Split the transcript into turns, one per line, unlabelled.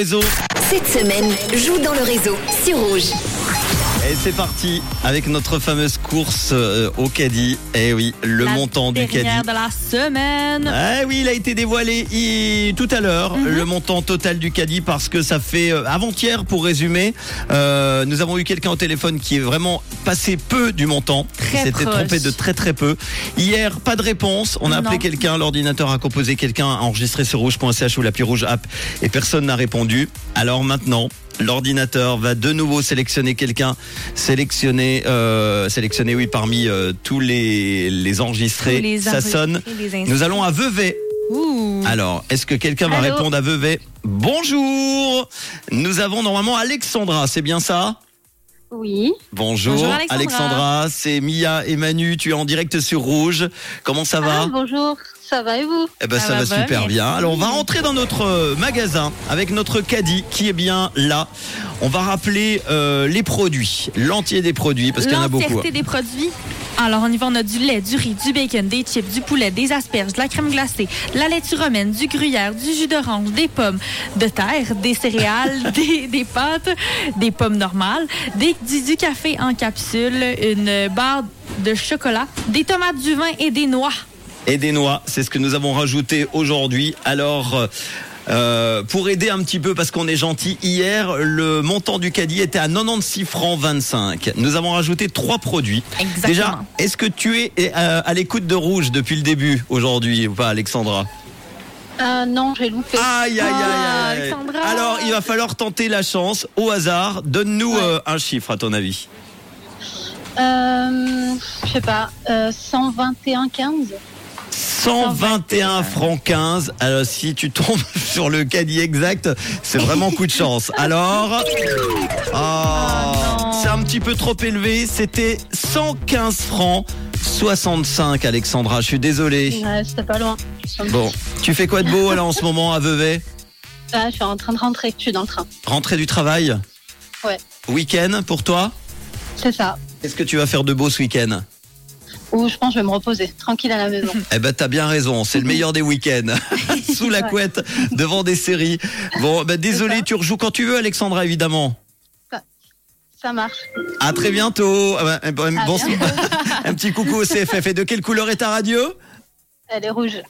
Réseau.
Cette semaine, joue dans le réseau sur Rouge.
Et c'est parti avec notre fameuse course euh, au caddie. Eh oui, le
La
montant du
dernière
caddie.
de la semaine.
Ah oui, il a été dévoilé i- tout à l'heure,
Mhm.
le montant total du caddie, parce que ça fait euh, avant-hier, pour résumer, euh, nous avons eu quelqu'un au téléphone qui est vraiment passé peu du montant.
Très
il s'était
proche.
trompé de très très peu. Hier, pas de réponse. On a appelé
Non.
quelqu'un, l'ordinateur a composé quelqu'un, a enregistré sur rouge.ch ou l'appli rouge app, et personne n'a répondu. Alors maintenant. L'ordinateur va de nouveau sélectionner quelqu'un, sélectionner, euh, sélectionner oui parmi euh, tous les, les enregistrés.
Tous les
Ça
enregistrés,
sonne.
les instants.
Nous Ah, allons à Vevey.
Ouh.
Alors, est-ce que quelqu'un va
Allô
répondre à Vevey Bonjour Nous avons normalement Alexandra, c'est bien ça
Oui,
Bonjour,
Bonjour, Alexandra.
c'est Mia et Manu, tu es en direct sur Rouge. Comment ça va
Ah, bonjour, ça va et vous
Eh ben
ça
ça va,
va, va,
super
merci.
bien. Alors on va rentrer dans notre euh, magasin avec notre caddie qui est bien là. On va rappeler euh, les produits, l'entier des produits parce qu'il y en a beaucoup. hein.
L'entièreté des produits. Alors, on y va, on a du lait, du riz, du bacon, des chips, du poulet, des asperges, de la crème glacée, de la laitue romaine, du gruyère, du jus d'orange, des pommes de terre, des céréales, des, des pâtes, des pommes normales, des, du, du café en capsule, une barre de chocolat, des tomates, du vin et des noix.
et des noix. C'est ce que nous avons rajouté aujourd'hui. Alors. euh, euh, pour aider un petit peu parce qu'on est gentil, hier le montant du caddie était à 96 francs 25. Nous avons rajouté trois produits.
Exactement.
Déjà, est-ce que tu es euh, à l'écoute de Rouge depuis le début aujourd'hui ou pas, Alexandra
Ah non, j'ai loupé.
Aïe aïe aïe
Ah,
aïe.
Alexandra.
Alors il va falloir tenter la chance au hasard. Donne-nous euh, un chiffre à ton avis.
Euh, je sais pas, euh, 121,15
121 francs 15. Alors si tu tombes sur le caddie exact, c'est vraiment coup de chance. Alors, ah,
Ah,
non.
c'est un petit peu trop élevé. C'était 115 francs 65, Alexandra. Je suis désolé.
Ouais, c'était pas loin. Je suis en-
Bon, tu fais quoi de beau alors en ce moment à Vevey
Ah, je suis en train de rentrer, je suis dans le train.
Rentrée du travail.
Ouais.
Week-end pour toi.
C'est ça.
Qu'est-ce que tu vas faire de beau ce week-end
Ou je pense que je vais me reposer, tranquille à la maison.
Eh ben, t'as bien raison. C'est le meilleur des week-ends. Sous la
Ouais.
couette, devant des séries. Bon, ben, désolé,
ça.
tu rejoues quand tu veux, Alexandra, évidemment.
ça marche.
À très bientôt. Ah bah, un- un-
À
bon-
bientôt.
un petit coucou au CFF. Et de quelle couleur est ta radio
Elle est rouge.